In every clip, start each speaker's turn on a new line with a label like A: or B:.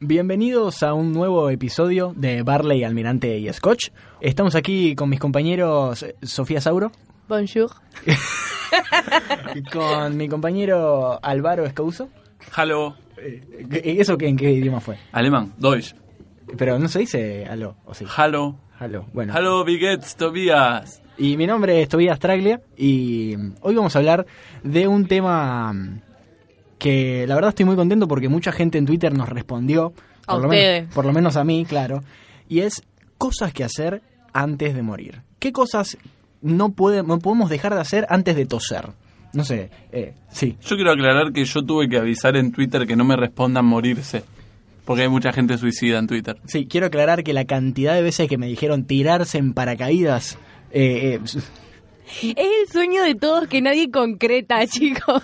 A: Bienvenidos a un nuevo episodio de Barley, Almirante y Scotch. Estamos aquí con mis compañeros eh, Sofía Sauro,
B: Bonjour.
A: con mi compañero Álvaro Escauso.
C: Hallo,
A: ¿Eso qué- en qué idioma fue?
C: alemán, Deutsch.
A: Pero no se dice aló, o sí.
C: Hallo,
A: Aló, bueno.
C: hallo, wie geht's, Tobias?
A: Y mi nombre es Tobias Traglia y hoy vamos a hablar de un tema mm, que la verdad estoy muy contento porque mucha gente en Twitter nos respondió.
B: A
A: por lo
B: ustedes.
A: menos- por lo menos a mí, claro. Y es cosas que hacer antes de morir. ¿Qué cosas no, puede- no podemos dejar de hacer antes de toser? No sé, eh, sí.
C: Yo quiero aclarar que yo tuve que avisar en Twitter que no me respondan morirse, porque hay mucha gente suicida en Twitter.
A: Sí, quiero aclarar que la cantidad de veces que me dijeron tirarse en paracaídas... eh, eh,
B: Es el sueño de todos que nadie concreta, chicos.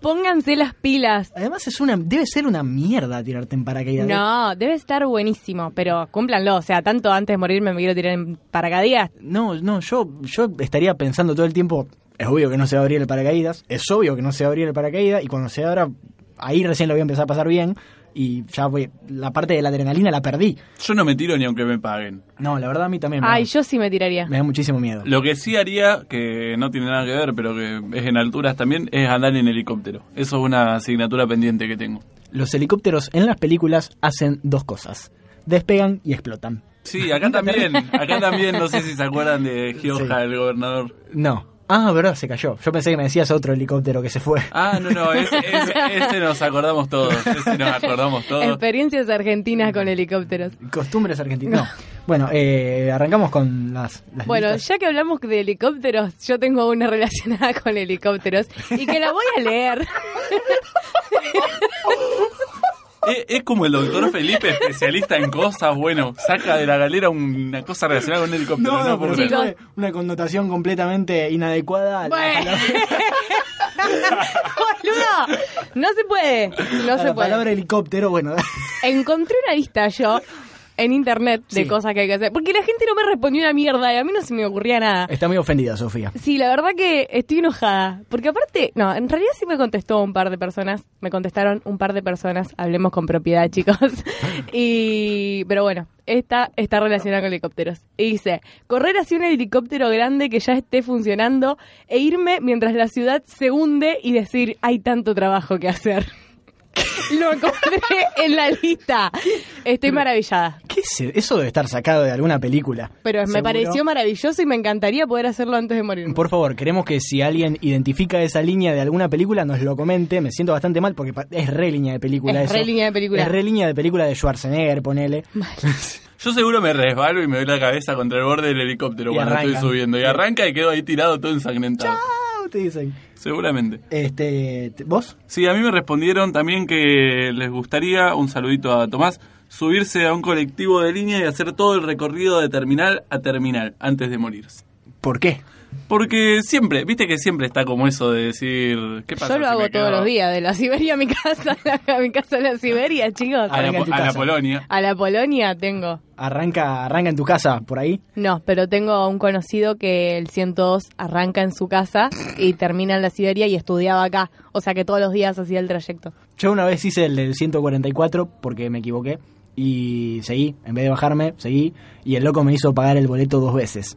B: Pónganse las pilas.
A: además es una debe ser una mierda tirarte en paracaídas.
B: No, debe estar buenísimo, pero cúmplanlo. O sea, tanto antes de morirme me quiero tirar en paracaídas.
A: No, no, yo, yo estaría pensando todo el tiempo, es obvio que no se va a abrir el paracaídas, es obvio que no se va a abrir el paracaídas, y cuando se abra, ahí recién lo voy a empezar a pasar bien, y ya voy, la parte de la adrenalina la perdí.
C: Yo no me tiro ni aunque me paguen.
A: No, la verdad a mí también me,
B: Ay,
A: da,
B: yo sí me tiraría.
A: me da muchísimo miedo.
C: Lo que sí haría, que no tiene nada que ver, pero que es en alturas también, es andar en helicóptero. Eso es una asignatura pendiente que tengo.
A: Los helicópteros en las películas hacen dos cosas, despegan y explotan.
C: Sí, acá también, acá también, no sé si se acuerdan de Gioja,
A: Sí.
C: el gobernador.
A: No. Ah, verdad, se cayó. Yo pensé que me decías otro helicóptero que se fue.
C: Ah, no, no, ese, ese- ese nos acordamos todos, ese nos acordamos todos.
B: Experiencias argentinas con helicópteros.
A: Costumbres argentinas. No. Bueno, eh, arrancamos con las... las
B: Bueno,
A: listas.
B: ya que hablamos de helicópteros, yo tengo una relacionada con helicópteros y que la voy a leer.
C: Es, es como el doctor Felipe, especialista en cosas, bueno, saca de la galera una cosa relacionada con un helicóptero.
A: No, no, pero
C: Porque-
A: sí
B: Chicos.
A: fue una connotación completamente inadecuada. a la
B: Bueno.
A: palabra-
B: ¡Boludo! No se puede. No
A: a
B: se
A: la
B: puede.
A: palabra helicóptero, bueno.
B: Encontré una lista yo en internet de
A: Sí.
B: cosas que hay que hacer. Porque la gente no me respondió una mierda y a mí no se me ocurría nada.
A: Está muy ofendida, Sofía.
B: Sí, la verdad que estoy enojada. Porque aparte, no, en realidad sí me contestó un par de personas. Me contestaron un par de personas. Hablemos con propiedad, chicos. Y. Pero bueno, esta está relacionada con helicópteros. Y dice: correr hacia un helicóptero grande que ya esté funcionando e irme mientras la ciudad se hunde y decir: hay tanto trabajo que hacer. Lo encontré en la lista. Estoy maravillada.
A: ¿Qué es e- eso debe estar sacado de alguna película?
B: Pero me
A: Seguro.
B: pareció maravilloso y me encantaría poder hacerlo antes de morirme.
A: Por favor, queremos que si alguien identifica esa línea de alguna película, nos lo comente. Me siento bastante mal porque pa- es re línea de película
B: Es
A: eso.
B: re línea de película.
A: Es re línea de película de Schwarzenegger, ponele.
C: Yo seguro me resbalo y me doy la cabeza contra el borde del helicóptero
A: Y
C: cuando
A: arranca.
C: estoy subiendo. Y arranca y quedo ahí tirado todo ensangrentado.
A: Ah, te dicen.
C: Seguramente.
A: Este, te- ¿Vos?
C: Sí, a mí me respondieron también que les gustaría, un saludito a Tomás, subirse a un colectivo de línea y hacer todo el recorrido de terminal a terminal antes de morirse.
A: ¿Por qué?
C: Porque siempre, viste que siempre está como eso de decir, ¿qué pasa?
B: Yo lo
C: si
B: hago
C: me
B: todos
C: quedo
B: los días, de la Siberia a mi casa, a mi casa a la Siberia, chicos.
C: A
A: Arranca
C: la,
A: en tu
C: a la
A: casa.
C: Polonia.
B: A la Polonia tengo.
A: Arranca, arranca en tu casa, por ahí.
B: No, pero tengo a un conocido que el 102 arranca en su casa y termina en la Siberia y estudiaba acá. O sea que todos los días hacía el trayecto.
A: Yo una vez hice el del 144 porque me equivoqué y seguí, en vez de bajarme, seguí y el loco me hizo pagar el boleto dos veces.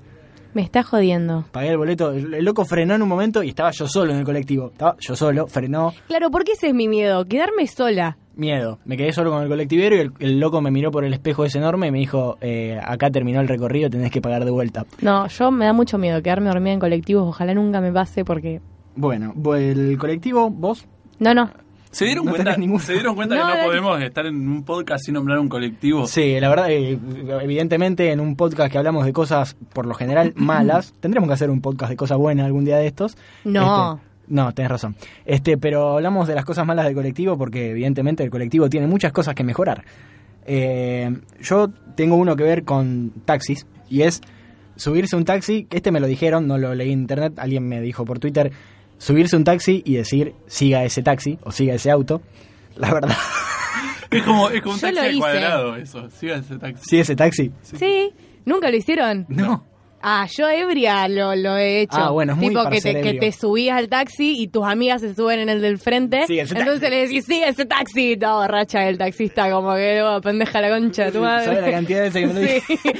B: Me está jodiendo.
A: Pagué el boleto, el el loco frenó en un momento y estaba yo solo en el colectivo. Estaba yo solo, frenó,
B: Claro, porque ese es mi miedo, quedarme sola.
A: miedo. Me quedé solo con el colectivero y el, el loco me miró por el espejo ese enorme y me dijo, eh, acá terminó el recorrido, tenés que pagar de vuelta.
B: No, yo me da mucho miedo quedarme dormida en colectivos. Ojalá nunca me pase porque...
A: Bueno, vo- el colectivo, vos,
B: No, no.
C: ¿Se dieron
A: No
C: cuenta,
A: tenés ningún-
C: ¿se dieron cuenta
B: No,
C: que no
B: dale.
C: podemos estar en un podcast sin nombrar un colectivo?
A: Sí, la verdad, eh, evidentemente en un podcast que hablamos de cosas por lo general malas, tendremos que hacer un podcast de cosas buenas algún día de estos.
B: No.
A: Este, no, tenés razón. Este, pero hablamos de las cosas malas del colectivo porque evidentemente el colectivo tiene muchas cosas que mejorar. Eh, yo tengo uno que ver con taxis y es subirse un taxi, este me lo dijeron, no lo leí en internet, alguien me dijo por Twitter, subirse un taxi y decir siga ese taxi o siga ese auto. La verdad,
C: Es como, es como un
B: Yo lo
C: taxi al
B: hice.
C: cuadrado eso. Siga ese taxi.
A: sigue ese taxi.
B: Sí, nunca lo hicieron.
A: No.
B: Ah, yo ebria lo, lo he hecho.
A: Ah, bueno, es muy
B: Tipo que
A: parcer
B: te, que
A: ebrio.
B: te subías al taxi y tus amigas se suben en el del frente.
A: Sí, ese
B: entonces
A: taxi.
B: le decís, sí, ese taxi. Está borracha el taxista, como que "Oh, pendeja la concha de tu madre.
A: ¿Sabes la cantidad de veces que me lo dije?
B: Sí.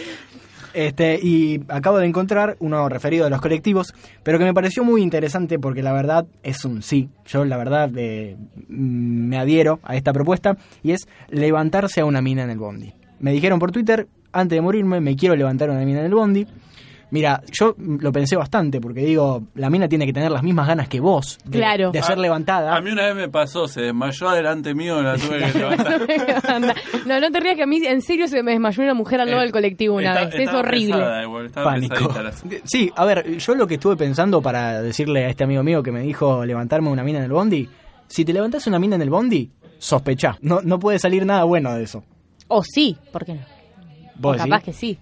A: Este, y acabo de encontrar uno referido a los colectivos, pero que me pareció muy interesante porque la verdad es un sí. Yo la verdad eh, mm, me adhiero a esta propuesta y es levantarse a una mina en el bondi. Me dijeron por Twitter, antes de morirme, me quiero levantar a una mina en el bondi. Mira, yo mm, lo pensé bastante porque digo, la mina tiene que tener las mismas ganas que vos de,
B: Claro.
A: de ser
C: A-
A: levantada.
C: A mí una vez me pasó, se desmayó adelante mío, la tuve que levantar.
B: no, no te rías que a mí en serio se me desmayó una mujer al
A: Eh,
B: lado del colectivo una
C: Está-
B: vez. Es
C: estaba
B: horrible.
C: pesada igual, estaba
A: pánico.
C: pesadita la-
A: Sí, a ver, yo lo que estuve pensando para decirle a este amigo mío que me dijo levantarme una mina en el bondi, si te levantás una mina en el bondi, sospechá. No, no puede salir nada bueno de eso.
B: O sí, ¿por qué no?
A: ¿Vos
B: O capaz
A: decís?
B: que sí.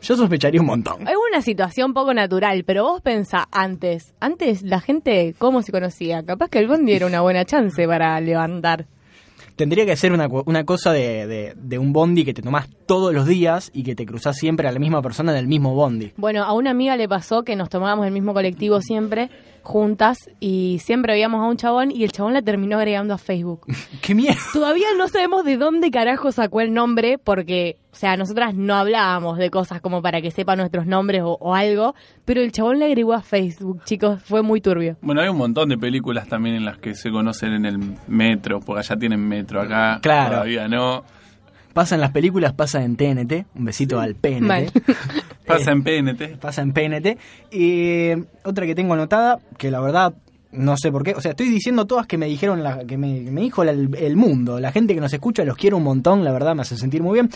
A: Yo sospecharía un montón.
B: Es una situación poco natural, pero vos pensá antes. Antes la gente, ¿cómo se conocía? Capaz que el bondi era una buena chance para levantar.
A: Tendría que ser una, co- una cosa de, de- de un bondi que te tomás todos los días y que te cruzás siempre a la misma persona en el mismo bondi.
B: Bueno, a una amiga le pasó que nos tomábamos el mismo colectivo siempre, juntas, y siempre veíamos a un chabón y el chabón la terminó agregando a Facebook.
A: ¡Qué mierda!
B: Todavía no sabemos de dónde carajo sacó el nombre, porque, o sea, nosotras no hablábamos de cosas como para que sepa nuestros nombres o, o algo, pero el chabón le agregó a Facebook, chicos, fue muy turbio.
C: Bueno, hay un montón de películas también en las que se conocen en el metro, porque allá tienen metro, acá
A: Claro. Eh,
C: todavía no.
A: Pasa en las películas, pasa en TNT. Un besito al PNT.
B: Mal.
C: Pasa en PNT.
A: pasa en PNT. Y otra que tengo anotada, que la verdad no sé por qué. O sea, estoy diciendo todas que me dijeron, la, que me, que me dijo la- el, el mundo. La gente que nos escucha los quiero un montón, la verdad me hace sentir muy bien.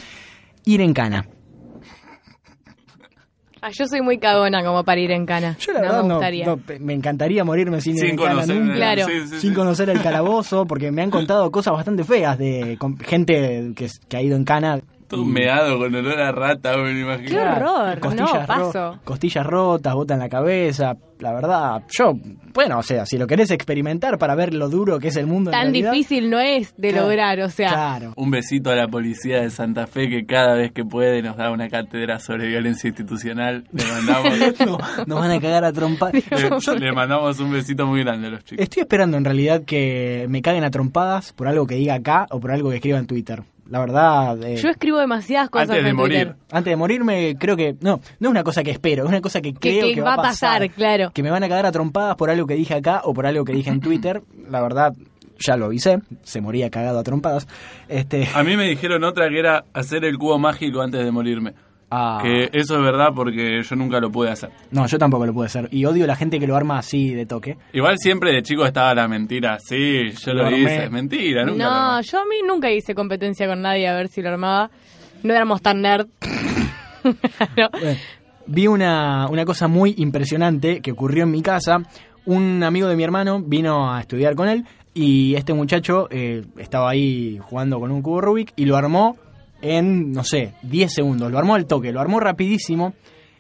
A: Ir en cana.
B: Ah, yo soy muy cagona como para ir en cana.
A: Yo la
B: no
A: verdad
B: me
A: no,
B: gustaría.
A: no, pe- me encantaría morirme sin, ir
C: Sin
A: en cana
C: conocer.
A: nunca.
B: Claro.
C: sí, sí,
A: sin
C: sí.
A: conocer el calabozo, porque me han contado cosas bastante feas de con- gente que, que ha ido en cana.
C: Todo meado con olor a rata, me imagino.
B: Qué horror, no,
A: ro-
B: paso.
A: costillas rotas, bota en la cabeza. La verdad, yo, bueno, o sea, si lo querés experimentar para ver lo duro que es el mundo. en
B: Tan
A: realidad,
B: difícil no es de
A: claro,
B: lograr, o sea.
A: Claro.
C: Un besito a la policía de Santa Fe que cada vez que puede nos da una cátedra sobre violencia institucional. Le mandamos,
A: No, nos van a cagar a trompar. Yo- yo
C: le, le mandamos un besito muy grande a los chicos.
A: estoy esperando en realidad que me caguen a trompadas por algo que diga acá o por algo que escriba en Twitter. La verdad. eh,
B: Yo escribo demasiadas cosas
C: Antes de
B: en Twitter.
C: morir.
A: Antes de morirme, creo que. No, no es una cosa que espero, es una cosa que creo que,
B: que va a pasar, claro.
A: Que me van a cagar a trompadas por algo que dije acá o por algo que dije en Twitter. La verdad, ya lo hice. Se moría cagado a trompadas. Este.
C: A mí me dijeron otra que era hacer el cubo mágico antes de morirme.
A: ah,
C: Que eso es verdad porque yo nunca lo pude hacer.
A: No, yo tampoco lo pude hacer. Y odio la gente que lo arma así de toque.
C: Igual siempre de chico estaba la mentira. Sí, yo lo,
A: Lo armé.
C: hice. Es mentira, nunca. lo
B: No,
C: armé.
B: yo a mí nunca hice competencia con nadie a ver si lo armaba. No éramos tan nerd. Claro.
A: Bueno, vi una, una cosa muy impresionante que ocurrió en mi casa. Un amigo de mi hermano vino a estudiar con él y este muchacho eh, estaba ahí jugando con un cubo Rubik y lo armó en, no sé, 10 segundos. Lo armó al toque, lo armó rapidísimo.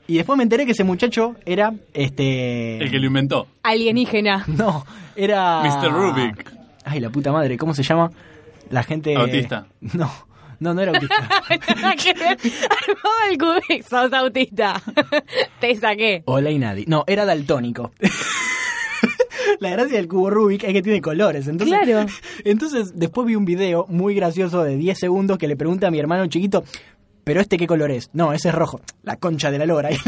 A: Y después me enteré que ese muchacho era este...
C: El que lo inventó.
B: Alienígena.
A: No, era...
C: Mr. Rubik.
A: Ay, la puta madre, ¿cómo se llama? La gente...
C: Autista.
A: No, no, no era autista.
B: Armaba el cubic, sos autista. Te saqué.
A: Hola y nadie. No, era daltónico. La gracia del cubo Rubik es que tiene colores. Entonces,
B: Claro.
A: Entonces, después vi un video muy gracioso de 10 segundos que le pregunta a mi hermano chiquito, ¿pero este qué color es? No, ese es rojo. La concha de la lora.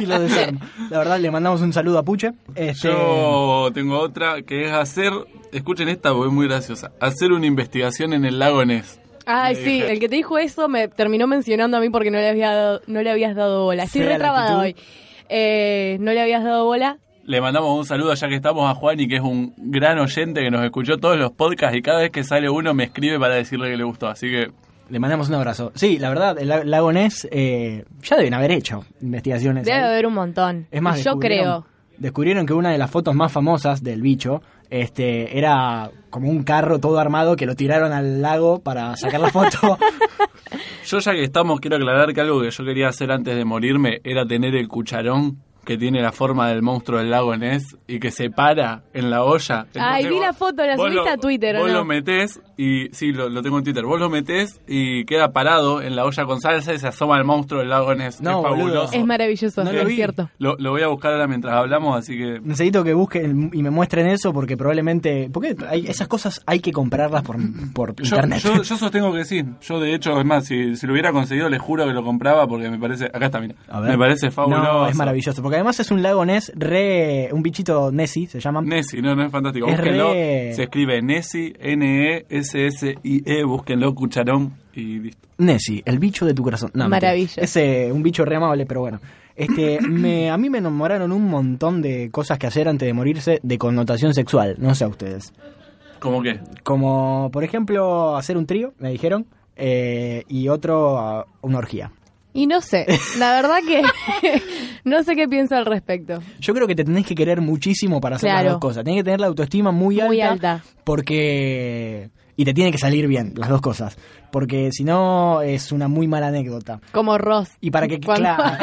A: Y lo desarma. Y lo desarma. La verdad, le mandamos un saludo a Puche. Este,
C: Yo tengo otra que es hacer. Escuchen esta porque es muy graciosa. Hacer una investigación en el lago Ness.
B: Ay,
C: Me
B: sí,
C: dije.
B: el que te dijo eso me terminó mencionando a mí porque no le, había dado- no le habías dado bola. Estoy
A: Fea la
B: retrabada hoy.
A: actitud.
B: Eh, no le habías dado bola.
C: Le mandamos un saludo ya que estamos a Juan y que es un gran oyente que nos escuchó todos los podcasts y cada vez que sale uno me escribe para decirle que le gustó. Así que
A: Le mandamos un abrazo. Sí, la verdad, el la- lago Ness eh, ya deben haber hecho investigaciones.
B: Debe
A: ahí.
B: haber un montón.
A: Es más,
B: Y yo
A: descubrieron-
B: creo.
A: Descubrieron que una de las fotos más famosas del bicho este, era como un carro todo armado que lo tiraron al lago para sacar la foto.
C: yo ya que estamos quiero aclarar que algo que yo quería hacer antes de morirme era tener el cucharón que tiene la forma del monstruo del lago Ness y que se para en la olla.
B: Ay, vi la foto, la
C: vos
B: subiste
C: lo-
B: a Twitter, ¿o
C: Vos
B: no?
C: lo metés y. Sí, lo, lo tengo en Twitter. Vos lo metés y queda parado en la olla con salsa y se asoma el monstruo del lago Ness.
A: No,
C: es
A: boludo.
C: fabuloso.
B: Es maravilloso,
A: No
B: no
A: lo
B: es
A: vi.
B: cierto.
C: Lo, lo voy a buscar ahora mientras hablamos, así que.
A: Necesito que busquen y me muestren eso porque probablemente. Porque hay, esas cosas hay que comprarlas por, por
C: Yo,
A: internet.
C: yo- yo sostengo que sí. Yo, de hecho, es más, si, si lo hubiera conseguido, les juro que lo compraba porque me parece. Acá está, mira.
A: A ver.
C: Me parece fabuloso.
A: No, es maravilloso. Porque además es un lago Ness, re. Un bichito Nessie se llama.
C: Nessie, no, no es fantástico.
A: Es
C: Búsquenlo.
A: re-
C: Se escribe Nessie, N-E-S-S-I-E. Búsquenlo, cucharón y listo.
A: Nessie, el bicho de tu corazón. No, mentira.
B: Maravilla.
A: Es eh, un bicho re amable, pero bueno. Este, me, a mí me enamoraron un montón de cosas que hacer antes de morirse de connotación sexual. No sé a ustedes.
C: ¿Cómo qué?
A: Como, por ejemplo, hacer un trío, me dijeron. eh, y otro, ah, una orgía.
B: Y no sé, la verdad que no sé qué pienso al respecto.
A: Yo creo que te tenés que querer muchísimo para hacer
B: Claro.
A: las dos cosas. Tenés que tener la autoestima muy alta.
B: Muy alta.
A: Porque. Y te tiene que salir bien, las dos cosas. Porque si no, es una muy mala anécdota.
B: Como Ross.
A: Y para que.
B: Cuando
A: Claro.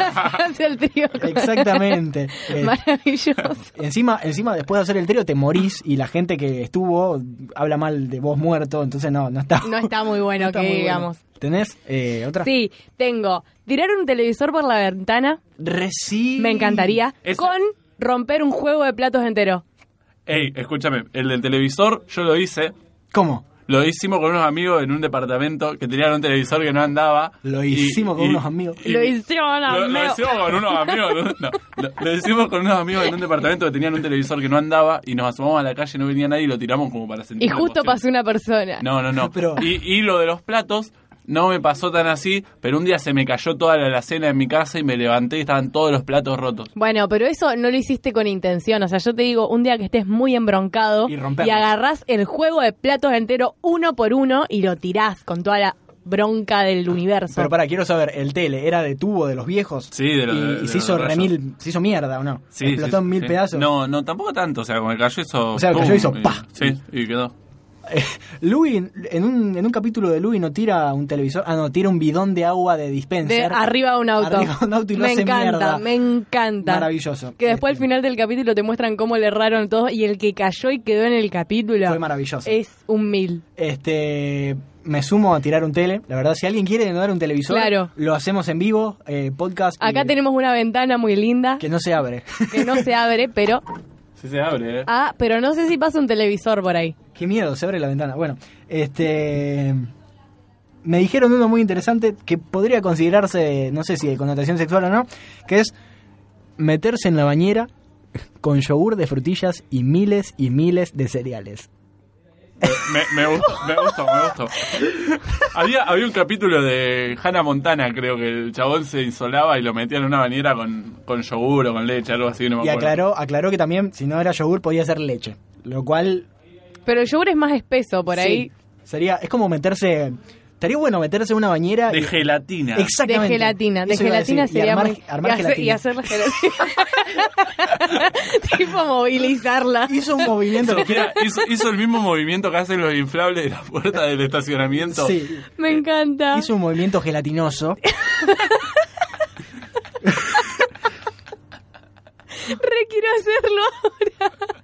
B: hace el trío.
A: Exactamente. Eh,
B: Maravilloso.
A: encima, encima, después de hacer el trío, te morís y la gente que estuvo habla mal de vos muerto. Entonces, no, no está.
B: No está muy
A: no
B: bueno
A: está
B: que
A: muy bueno.
B: digamos.
A: ¿Tenés eh, otra?
B: Sí, tengo tirar un televisor por la ventana,
A: Reci-
B: me encantaría,
C: Esa-
B: con romper un juego de platos entero.
C: Ey, escúchame, el del televisor, yo lo hice.
A: ¿Cómo?
C: Lo hicimos con unos amigos en un departamento que tenían un televisor que no andaba.
A: Lo
C: Y-
A: hicimos con
C: y-
A: unos amigos.
C: y-
B: lo hicieron
C: Lo- Lo,
B: amigo.
C: hicimos con unos amigos. no, no, lo, lo hicimos con unos amigos en un departamento que tenían un televisor que no andaba y nos asomamos a la calle, no venía nadie y lo tiramos como para sentir.
B: Y
C: la
B: justo
C: emoción.
B: pasó una persona.
C: No, no, no.
A: Pero-
C: Y, y lo de los platos no me pasó tan así, pero un día se me cayó toda la cena en mi casa y me levanté y estaban todos los platos rotos.
B: Bueno, pero eso no lo hiciste con intención. O sea, yo te digo, un día que estés muy embroncado
A: Y romperlo.
B: agarrás el juego de platos entero uno por uno y lo tirás con toda la bronca del
A: Ah,
B: universo.
A: Pero para, quiero saber, el tele, ¿era de tubo de los viejos?
C: Sí, de los-
A: Y,
C: de-
A: y
C: de
A: se
C: los
A: hizo re
C: rayos.
A: mil- se hizo mierda o no.
C: Sí,
A: Explotó
C: sí,
A: en mil
C: sí.
A: pedazos.
C: No, no, tampoco tanto. O sea, como me cayó eso.
A: O sea, me
C: ¡pum!
A: cayó, hizo
C: y-
A: ¡pa!
C: Sí, y quedó.
A: Louis, en un, en un capítulo de Louis no tira un televisor, ah no, tira un bidón de agua de
B: de
A: dispenser.
B: arriba de un auto.
A: Arriba de un auto y lo
B: me
A: hace
B: encanta,
A: mierda.
B: me encanta.
A: Maravilloso.
B: Que después al
A: Este,
B: final del capítulo te muestran cómo le erraron todos y el que cayó y quedó en el capítulo
A: Fue maravilloso.
B: es un mil.
A: Este, me sumo a tirar un tele. La verdad, si alguien quiere donar un televisor,
B: Claro.
A: lo hacemos en vivo, eh, podcast.
B: Acá
A: y-
B: tenemos una ventana muy linda
A: Que no se abre.
B: que no se abre, pero
C: Sí, se abre, ¿eh?
B: ah, pero no sé si pasa un televisor por ahí.
A: Qué miedo, se abre la ventana. Bueno, este. Me dijeron uno muy interesante que podría considerarse, no sé si de connotación sexual o no, que es meterse en la bañera con yogur de frutillas y miles y miles de cereales.
C: Me, me gustó, me gustó, me gustó. Había, había un capítulo de Hannah Montana, creo que el chabón se insolaba y lo metía en una bañera con, con yogur o con leche, algo así, no me
A: Y
C: acuerdo.
A: aclaró, aclaró que también, si no era yogur, podía ser leche. Lo cual.
B: Pero el yogur es más espeso por
A: sí,
B: ahí.
A: sería, es como meterse. Estaría bueno meterse en una bañera.
C: De
A: y-
C: gelatina.
A: exactamente.
B: De gelatina, de
A: Eso iba a
B: gelatina
A: decir, y
B: sería
A: armar-
B: muy-
A: armar
B: y, hacer-
A: gelatina.
B: y hacer la gelatina. tipo movilizarla.
A: Hizo un movimiento.
C: Sofía hizo, hizo el mismo movimiento que hacen los inflables de la puerta del estacionamiento.
A: sí,
B: Me encanta.
A: hizo un movimiento gelatinoso.
B: Re quiero hacerlo ahora.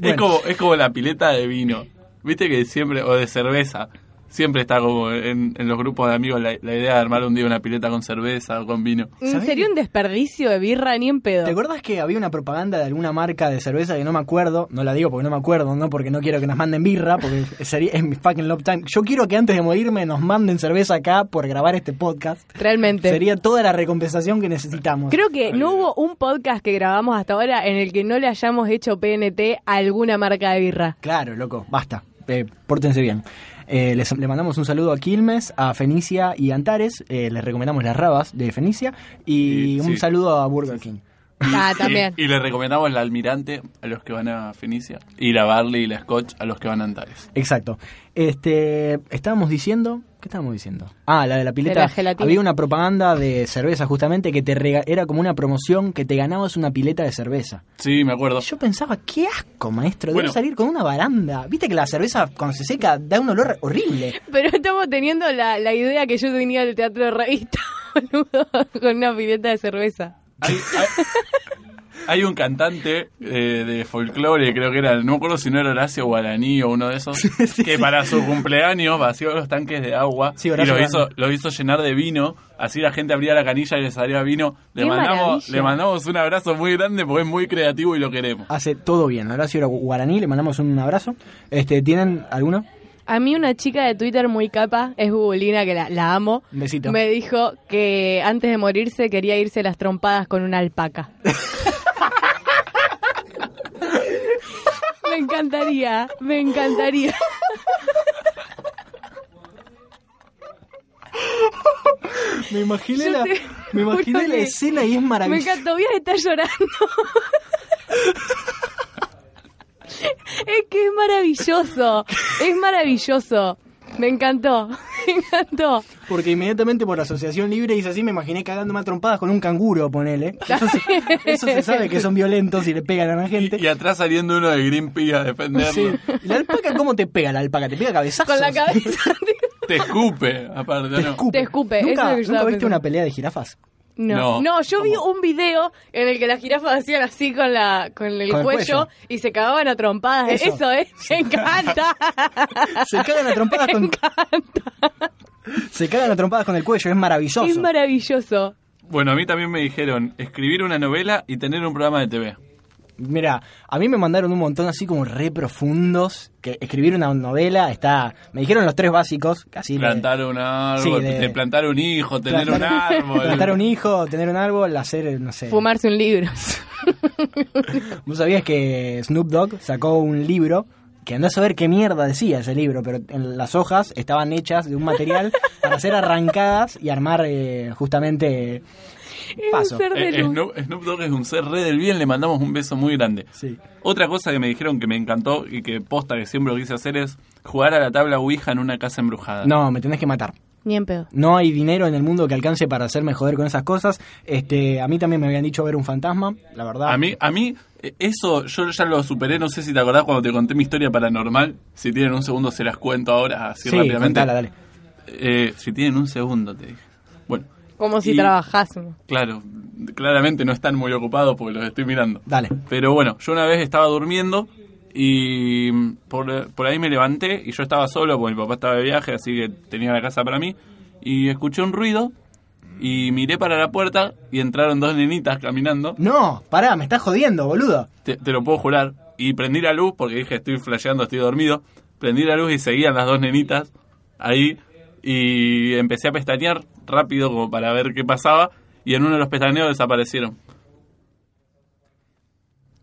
A: Bueno.
C: Es, como, es como la pileta de vino. Viste que siempre, o de cerveza, siempre está como en, en los grupos de amigos la, la idea de armar un día una pileta con cerveza o con vino.
A: ¿Sabés
B: Mm, Sería
A: qué?
B: un desperdicio de birra ni en pedo.
A: ¿Te acuerdas que había una propaganda de alguna marca de cerveza que no me acuerdo? No la digo porque no me acuerdo, no porque no quiero que nos manden birra, porque sería, es mi fucking love time. Yo quiero que antes de morirme nos manden cerveza acá por grabar este podcast.
B: Realmente.
A: Sería toda la recompensación que necesitamos.
B: Creo que no hubo un podcast que grabamos hasta ahora en el que no le hayamos hecho PNT a alguna marca de birra.
A: Claro, loco, basta. Eh, pórtense bien. Eh, les, le mandamos un saludo a Quilmes, a Fenicia y Antares. Eh, les recomendamos las rabas de Fenicia. Y
C: Y-
A: un
C: sí.
A: saludo a Burger King.
B: Ah, también.
C: Y, y le recomendamos la Almirante a los que van a Fenicia y la Barley y la Scotch a los que van a Antares.
A: Exacto. Este, estábamos diciendo, ¿qué estábamos diciendo? Ah, la de la pileta.
B: De la gelatina.
A: Había una propaganda de cerveza justamente que te rega- era como una promoción que te ganabas una pileta de cerveza.
C: Sí, me acuerdo.
A: Yo pensaba, qué asco, maestro, debo
C: Bueno.
A: salir con una baranda. Viste que la cerveza cuando se seca da un olor horrible.
B: Pero estamos teniendo la, la idea que yo tenía del teatro de revista, boludo, con una pileta de cerveza.
C: Hay, hay- hay un cantante eh, de folclore, creo que era, no me acuerdo si no era Horacio Guaraní o uno de esos, que para su cumpleaños vació los tanques de agua
A: Sí,
C: y
A: Horacio
C: lo hizo,
A: Guaraní.
C: lo hizo llenar de vino. Así la gente abría la canilla y le salía vino. Le
B: ¡Qué
C: mandamos,
B: maravilla!
C: le mandamos un abrazo muy grande porque es muy creativo y lo queremos.
A: Hace todo bien. Horacio era guaraní, le mandamos un abrazo. Este, ¿Tienen alguno?
B: A mí una chica de Twitter muy capa, es Bubulina, que la, la amo,
A: Un besito.
B: me dijo que antes de morirse quería irse las trompadas con una alpaca. me encantaría, me encantaría.
A: Me imaginé,
B: Yo
A: la,
B: te
A: me imaginé
B: juro
A: la
B: que-
A: escena y es
B: Me
A: maravilloso.
B: encantó, voy a estar llorando. es que es maravilloso, es maravilloso. Me encantó, me encantó.
A: Porque inmediatamente por asociación libre hice así, me imaginé cagándome a trompadas con un canguro, ponele. Eso se, eso se sabe que son violentos y le pegan a la gente.
C: Y, y atrás saliendo uno de Greenpeace a defenderlo.
A: Sí. ¿Y ¿La alpaca cómo te pega la alpaca? ¿Te pega cabezazos?
B: Con la cabeza.
C: Te escupe, aparte.
A: Te
C: ¿no?
A: escupe.
B: Te escupe, eso es
A: ¿Nunca,
B: lo
A: nunca
B: que yo estaba
A: viste
B: pensando.
A: una pelea de jirafas?
B: No,
C: No.
B: no, yo vi un video en el que las jirafas hacían así con la con el,
A: Con el
B: cuello,
A: cuello.
B: y se cagaban a trompadas.
A: Eso.
B: Eso, es, me encanta.
A: Se cagan a trompadas con... Se cagan a trompadas con el cuello, es maravilloso.
B: es maravilloso.
C: Bueno, a mí también me dijeron escribir una novela y tener un programa de TV.
A: Mira, a mí me mandaron un montón así como re profundos, que escribir una novela está... Me dijeron los tres básicos, casi... me-
C: Plantar un
A: Sí,
C: árbol,
A: de-
C: te- plantar un hijo, tener
A: Plantar-
C: un árbol.
A: Plantar un hijo, tener un árbol, hacer, no sé...
B: Fumarse un libro.
A: ¿Vos sabías que Snoop Dogg sacó un libro? Que andás a saber qué mierda decía ese libro, pero en las hojas estaban hechas de un material para ser arrancadas y armar eh, justamente...
B: Es
A: Paso.
B: un ser de
C: Eh,
B: luz.
C: Snoop, Snoop Dogg es un ser re del bien, le mandamos un beso muy grande.
A: Sí.
C: Otra cosa que me dijeron que me encantó y que posta que siempre lo quise hacer es jugar a la tabla Ouija en una casa embrujada.
A: No, me tenés que matar.
B: Ni en pedo.
A: No hay dinero en el mundo que alcance para hacerme joder con esas cosas. Este, a mí también me habían dicho ver un fantasma, la verdad.
C: A mí, a mí, eh, eso yo ya lo superé, no sé si te acordás cuando te conté mi historia paranormal. Si tienen un segundo se las cuento ahora así
A: sí,
C: rápidamente.
A: contala, dale.
C: Eh, si tienen un segundo, te dije. Bueno,
B: Como si
C: Y-
B: trabajásemos.
C: Claro, claramente no están muy ocupados porque los estoy mirando.
A: Dale.
C: Pero bueno, yo una vez estaba durmiendo y por, por ahí me levanté y yo estaba solo porque mi papá estaba de viaje, así que tenía la casa para mí. Y escuché un ruido y miré para la puerta y entraron dos nenitas caminando.
A: No, pará, me estás jodiendo, boludo.
C: Te, te lo puedo jurar. Y prendí la luz porque dije, estoy flasheando, estoy dormido. Prendí la luz y seguían las dos nenitas ahí. Y empecé a pestañear rápido como para ver qué pasaba. Y en uno de los pestañeos desaparecieron.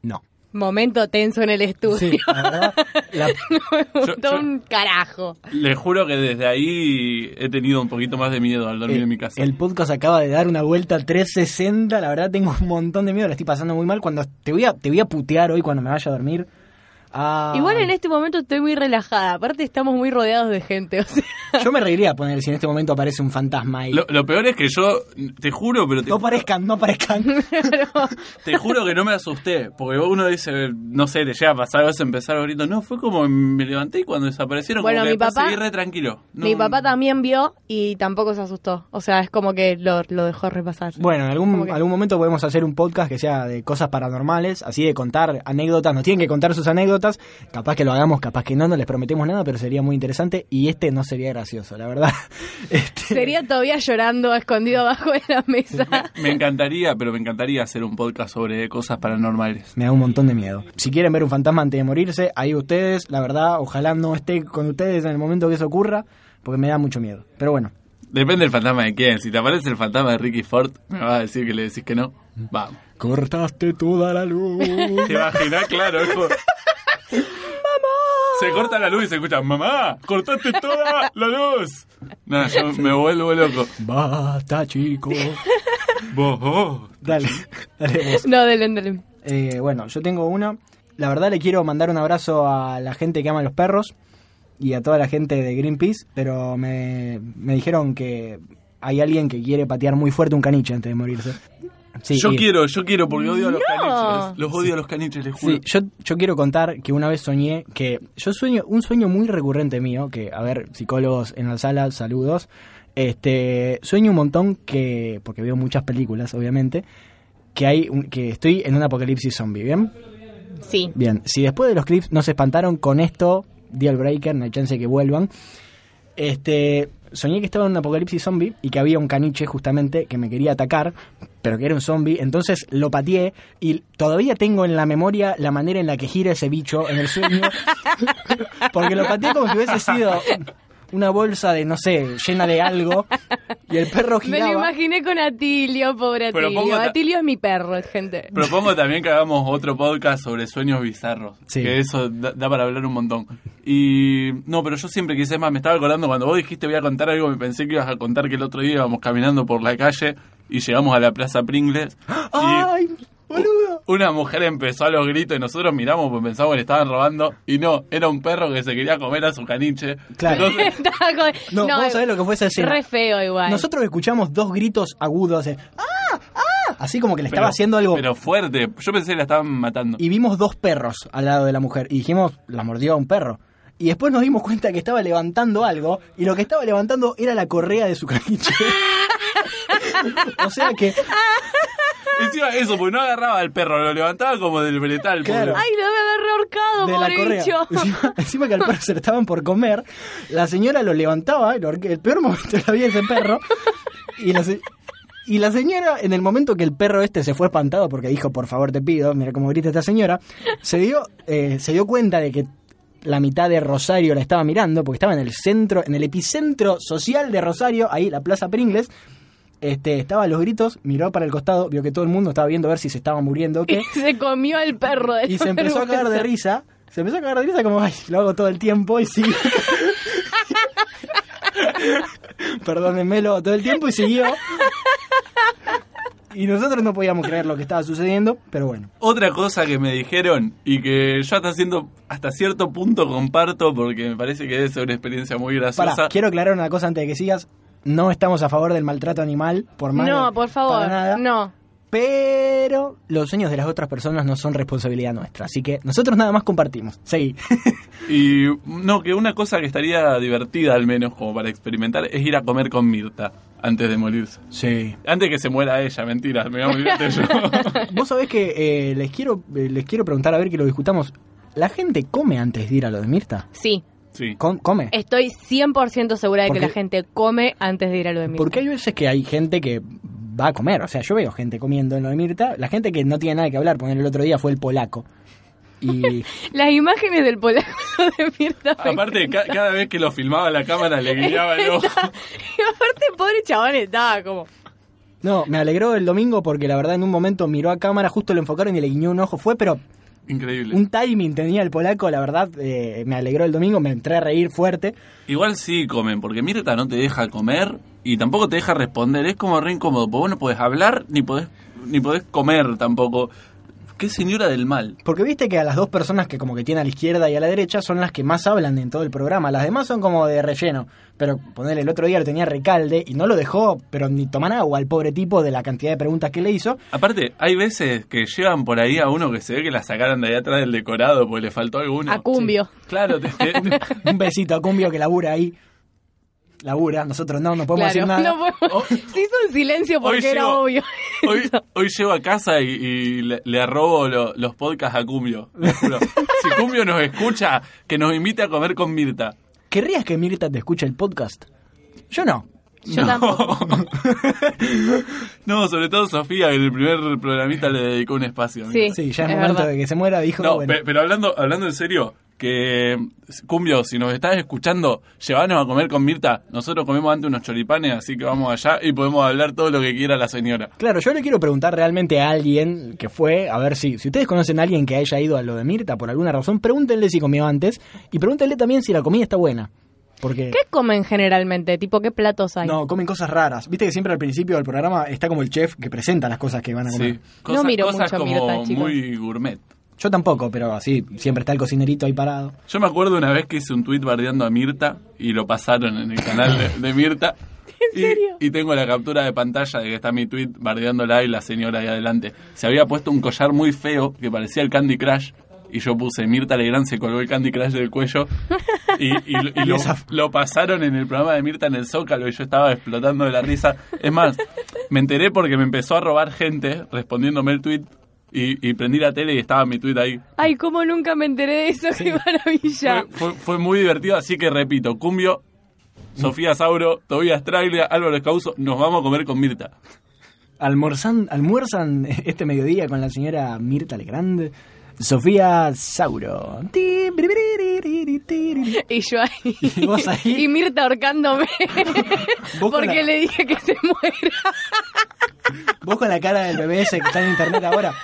A: No.
B: Momento tenso en el estudio.
A: Sí, la verdad. la-
B: no me
C: Yo-
B: gustó
C: yo-
B: un carajo.
C: Les juro que desde ahí he tenido un poquito más de miedo al dormir
A: el,
C: en mi casa.
A: el podcast acaba de dar una vuelta 360. La verdad, tengo un montón de miedo. La estoy pasando muy mal. Cuando te voy a, te voy a putear hoy cuando me vaya a dormir. Ah,
B: Igual en este momento estoy muy relajada. Aparte estamos muy rodeados de gente. O sea,
A: Yo me reiría poner si en este momento aparece un fantasma ahí.
C: Lo, lo peor es que yo, te juro, pero te,
A: No aparezcan, no aparezcan.
C: te juro que no me asusté. Porque uno dice, no sé, te llega a pasar, vas a empezar a gritar. No, fue como me levanté y cuando desaparecieron,
B: Bueno,
C: como que
B: mi
C: después
B: papá-
C: seguí re tranquilo. No-
B: Mi papá también vio y tampoco se asustó. O sea, es como que lo, lo dejó repasar.
A: Bueno, en
B: Como
A: algún,
B: que-
A: algún momento podemos hacer un podcast que sea de cosas paranormales, así de contar anécdotas. Nos tienen que contar sus anécdotas. Capaz que lo hagamos, capaz que no, no les prometemos nada, pero sería muy interesante. Y este no sería gracioso, la verdad. Este,
B: Sería todavía llorando escondido abajo de la mesa.
C: Me encantaría, pero me encantaría hacer un podcast sobre cosas paranormales.
A: Me da un montón de miedo. Si quieren ver un fantasma antes de morirse, ahí ustedes, la verdad, ojalá no esté con ustedes en el momento que eso ocurra, porque me da mucho miedo. Pero bueno,
C: Depende del fantasma de quién. Si te aparece el fantasma de Ricky Ford, me vas a decir que le decís que no. Vamos.
A: cortaste toda la luz.
C: ¿Te imaginas? Claro, hijo. Se corta la luz y se escucha, mamá, cortaste toda la luz. No, yo me vuelvo loco.
A: Basta, chico.
C: Vos, oh.
A: Dale, dale vos.
B: No, Delen, Delen.
A: Eh, bueno, yo tengo una. La verdad le quiero mandar un abrazo a la gente que ama los perros y a toda la gente de Greenpeace, pero me, me dijeron que hay alguien que quiere patear muy fuerte un caniche antes de morirse. Sí,
C: yo
A: y-
C: quiero, yo quiero porque odio a los
B: No.
C: caniches. Los odio a los caniches, les juro.
A: Sí, yo, yo quiero contar que una vez soñé que yo sueño un sueño muy recurrente mío, que a ver, psicólogos en la sala, saludos. Este, sueño un montón que porque veo muchas películas, obviamente, que hay un- que estoy en un apocalipsis zombie, ¿bien?
B: Sí.
A: Bien, si después de los clips no se espantaron con esto, Deal Breaker, no hay chance que vuelvan. Este, soñé que estaba en un apocalipsis zombie y que había un caniche justamente que me quería atacar, pero que era un zombie, entonces lo pateé y todavía tengo en la memoria la manera en la que gira ese bicho en el sueño, porque lo pateé como si hubiese sido una bolsa de, no sé, llena de algo y el perro
B: Me lo
A: giraba.
B: imaginé con Atilio, pobre
C: Pero
B: Atilio.
C: pongo ta-
B: Atilio es mi perro, gente.
C: Propongo también que hagamos otro podcast sobre sueños bizarros.
A: Sí.
C: Que eso da, da para hablar un montón. Y no, pero yo siempre quise es más. Me estaba acordando cuando vos dijiste voy a contar algo, me pensé que ibas a contar que el otro día íbamos caminando por la calle y llegamos a la Plaza Pringles. Y
A: ¡Ay, boludo!
C: una mujer empezó a los gritos y nosotros miramos porque pensamos que le estaban robando. Y no, era un perro que se quería comer a su caniche.
A: Claro.
C: Entonces,
B: Estaba con-
A: No, vos
B: eh,
A: sabés lo que fue esa escena.
B: Re feo igual.
A: Nosotros escuchamos dos gritos agudos de ¡Ah! ¡Ah! Así como que le estaba
C: pero-
A: haciendo algo.
C: Pero fuerte. Yo pensé que la estaban matando.
A: Y vimos dos perros al lado de la mujer. Y dijimos, la mordió a un perro. Y después nos dimos cuenta que estaba levantando algo. Y lo que estaba levantando era la correa de su caniche. o sea que,
C: Encima eso, porque no agarraba al perro, lo levantaba como del bretal.
A: Claro.
C: pobre.
B: Ay, lo debe haber reorcado,
A: de la
B: pobre
A: correa.
B: bicho.
A: Encima, encima que al perro se lo estaban por comer, la señora lo levantaba, el, el peor momento de la vida de ese perro. Y la, se- y la señora, en el momento que el perro este se fue espantado porque dijo, por favor te pido, mira cómo grita esta señora, se dio, eh, se dio cuenta de que la mitad de Rosario la estaba mirando, porque estaba en el centro, en el epicentro social de Rosario, ahí la Plaza Pringles. Este, estaba a los gritos, miró para el costado, vio que todo el mundo estaba viendo a ver si se estaba muriendo o qué.
B: Y se comió al perro. de
A: Y
B: la
A: se empezó a cagar de risa.
B: vergüenza.
A: Se empezó a cagar de risa como, ay, lo hago todo el tiempo y siguió. Perdónenme, lo hago todo el tiempo y siguió. Y nosotros no podíamos creer lo que estaba sucediendo, pero bueno.
C: Otra cosa que me dijeron y que yo hasta, siendo, hasta cierto punto comparto porque me parece que debe ser una experiencia muy graciosa.
A: Para, quiero aclarar una cosa antes de que sigas. No estamos a favor del maltrato animal, por más.
B: No, por favor.
A: para nada.
B: No.
A: Pero los sueños de las otras personas no son responsabilidad nuestra. Así que nosotros nada más compartimos. Seguí.
C: Y no, que una cosa que estaría divertida al menos como para experimentar es ir a comer con Mirta antes de morirse.
A: Sí.
C: Antes que se muera ella, mentira, me voy a morir antes yo.
A: Vos sabés que eh, les quiero eh, les quiero preguntar a ver que lo discutamos. ¿La gente come antes de ir a lo de Mirta?
B: Sí,
C: Sí.
A: Com- ¿Come?
B: estoy 100% segura de que
A: Porque-
B: la gente come antes de ir a lo de Mirta.
A: Porque hay veces que hay gente que va a comer. O sea, yo veo gente comiendo en lo de Mirta. La gente que no tiene nada que hablar, porque el otro día fue el polaco. Y
B: Las imágenes del polaco de Mirta. me
C: Ah, Aparte, ca- cada vez que lo filmaba la cámara le guiaba el ojo.
B: encanta. Y aparte, pobre chabón estaba como.
A: no, me alegró el domingo porque la verdad en un momento miró a cámara, justo lo enfocaron y le guiñó un ojo. Fue, pero
C: Increíble.
A: un timing tenía el polaco, la verdad eh, me alegró el domingo, me entré a reír fuerte.
C: Igual sí comen, porque Mirta no te deja comer y tampoco te deja responder. Es como re incómodo, porque vos no podés hablar ni podés, ni podés comer tampoco. Qué señora del mal.
A: Porque viste que a las dos personas que como que tiene a la izquierda y a la derecha son las que más hablan en todo el programa. Las demás son como de relleno. Pero ponerle el otro día lo tenía recalde y no lo dejó, pero ni tomar agua al pobre tipo de la cantidad de preguntas que le hizo.
C: Aparte, hay veces que llevan por ahí a uno que se ve que la sacaron de ahí atrás del decorado porque le faltó alguno.
B: A Cumbio.
C: Sí. Claro, te- te- te-
A: Un besito a Cumbio que labura ahí. Labura, nosotros no, no podemos decir
B: claro,
A: nada.
B: no podemos- Se hizo un silencio porque
C: Oh. Hoy
B: era
C: llegó-
B: obvio.
C: hoy, hoy llego a casa y, y le, le arrobo lo- los podcasts a Cumbio. les juro. Si Cumbio nos escucha, que nos invite a comer con Mirta.
A: ¿Querrías que Mirta te escuche el podcast? Yo no.
B: Yo tampoco.
C: No, sobre todo Sofía, que en el primer programita le dedicó un espacio.
B: Sí.
A: Sí, ya es,
B: es
A: momento
B: verdad.
A: de que se muera, dijo.
C: No,
A: bueno,
C: pe- pero hablando, hablando en serio, que Cumbio, si nos estás escuchando, llévanos a comer con Mirta. Nosotros comemos antes unos choripanes, así que vamos allá y podemos hablar todo lo que quiera la señora.
A: Claro, yo le quiero preguntar realmente a alguien que fue, a ver si, si ustedes conocen a alguien que haya ido a lo de Mirta por alguna razón, pregúntenle si comió antes y pregúntenle también si la comida está buena. Porque
B: ¿Qué comen generalmente? Tipo, ¿qué platos hay?
A: no, comen cosas raras. Viste que siempre al principio del programa está como el chef que presenta las cosas que van a comer.
C: Sí. Cosa-
B: miro
C: cosas
B: mucho
C: como
B: Mirta, chicos.
C: muy gourmet.
A: Yo tampoco, pero así siempre está el cocinerito ahí parado.
C: Yo me acuerdo una vez que hice un tuit bardeando a Mirta y lo pasaron en el canal de, de Mirta.
B: ¿En
C: Y-
B: serio?
C: Y, tengo la captura de pantalla de que está mi tuit bardeándola y la señora ahí adelante. Se había puesto un collar muy feo que parecía el Candy Crush y yo puse Mirta Legrand se colgó el Candy Crush del cuello y, y- y
A: Y
C: lo,
A: esa-
C: lo pasaron en el programa de Mirta en el Zócalo y yo estaba explotando de la risa. Es más, me enteré porque me empezó a robar gente respondiéndome el tweet y, y prendí la tele y estaba mi tweet ahí.
B: Ay, cómo nunca me enteré de eso, qué maravilla.
C: Fue, fue- fue muy divertido, así que repito, Cumbio, Sofía Sauro, Tobías Traglia, Álvaro Escauso, nos vamos a comer con Mirta.
A: Almorzan, almuerzan este mediodía con la señora Mirta Legrand, Sofía Sauro.
B: Y yo ahí.
A: Y vos ahí.
B: Y Mirta ahorcándome.
A: Vos con
B: Porque
A: la-
B: le dije que se muera.
A: Vos con la cara del bebé ese que está en internet ahora.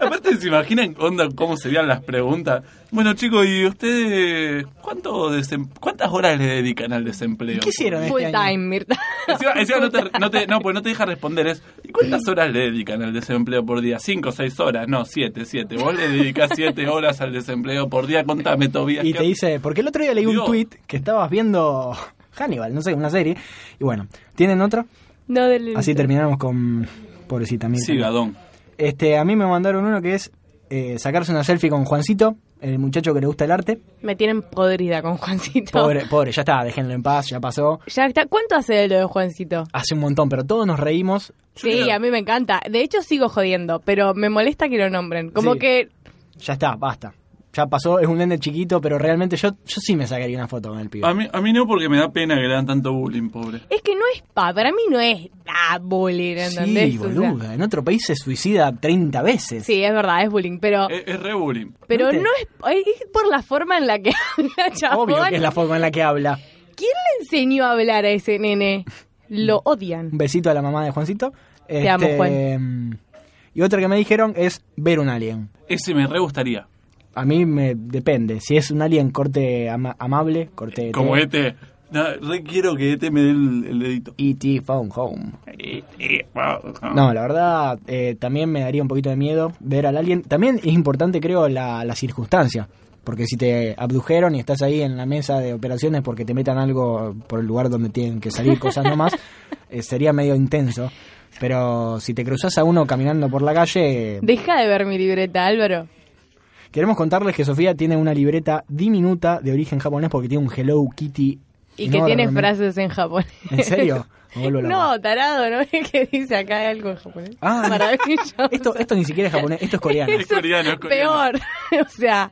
C: Aparte, ¿se imaginan onda cómo serían las preguntas? Bueno, chicos, ¿y ustedes cuánto desem- cuántas horas le dedican al desempleo?
A: ¿Qué hicieron este
B: Full
A: año?
B: time, Mirta.
C: Encima- encima no, te, no, te- no, pues no te deja responder. Es, ¿Y cuántas horas le dedican al desempleo por día? ¿Cinco, seis horas? No, siete, siete. Vos le dedicás siete horas al desempleo por día. Contame, Tobias.
A: Y
C: ¿qué-
A: te dice, porque el otro día leí un
C: Dios.
A: tweet que estabas viendo Hannibal, no sé, una serie. Y bueno, ¿tienen otro?
B: No, del
A: Así terminamos con pobrecita Mirta.
C: Sí, Gadón.
A: Este, a mí me mandaron uno que es eh, sacarse una selfie con Juancito, el muchacho que le gusta el arte.
B: Me tienen podrida con Juancito.
A: Pobre, pobre, ya está, déjenlo en paz, ya pasó.
B: Ya está. ¿Cuánto hace de lo de Juancito?
A: Hace un montón, pero todos nos reímos.
B: Sí, a mí me encanta. De hecho, sigo jodiendo, pero me molesta que lo nombren. Como
A: Sí.
B: que
A: Ya está, basta. Ya pasó, es un nene chiquito, pero realmente yo, yo sí me sacaría una foto con el pibe.
C: A mí, a mí no, porque me da pena que le dan tanto bullying, pobre.
B: es que no es pa, para mí no es ah, bullying, ¿entendés?
A: sí,
B: O sea,
A: boluda. En otro país se suicida 30 veces.
B: sí, es verdad, es bullying,
A: Ah.
B: pero
C: Es, es re bullying.
B: pero
A: Eh, ¿viste?
B: no es, es por la forma en la que habla, chabón.
A: Obvio que es la forma en la que habla.
B: ¿Quién le enseñó a hablar a ese nene? Lo odian.
A: Un besito a la mamá de Juancito. Este, mm,
B: amo,
A: Y otra que me dijeron es ver un alien.
C: Ese me re gustaría.
A: A mí me depende. Si es un alien corte ama- amable, corte...
C: Como
A: ET.
C: este. No, re quiero que este me dé el, el dedito.
A: E.T. E Phone Home.
C: Eh, eh, wow,
A: No, la verdad, eh, también me daría un poquito de miedo ver al alien. También es importante, creo, la, la circunstancia. Porque si te abdujeron y estás ahí en la mesa de operaciones porque te metan algo por el lugar donde tienen que salir cosas nomás, eh, sería medio intenso. Pero si te cruzas a uno caminando por la calle,
B: Deja de ver mi libreta, Álvaro.
A: queremos contarles que Sofía tiene una libreta diminuta de origen japonés porque tiene un Hello Kitty.
B: Y que tiene
A: enorme.
B: frases en japonés.
A: ¿En serio? Me vuelvo loco.
B: No, tarado, ¿no? Es que dice acá algo en japonés.
A: Ah,
B: Maravilloso.
A: Esto, esto ni siquiera es japonés, esto es coreano.
C: Es coreano, es coreano.
B: Peor. O sea,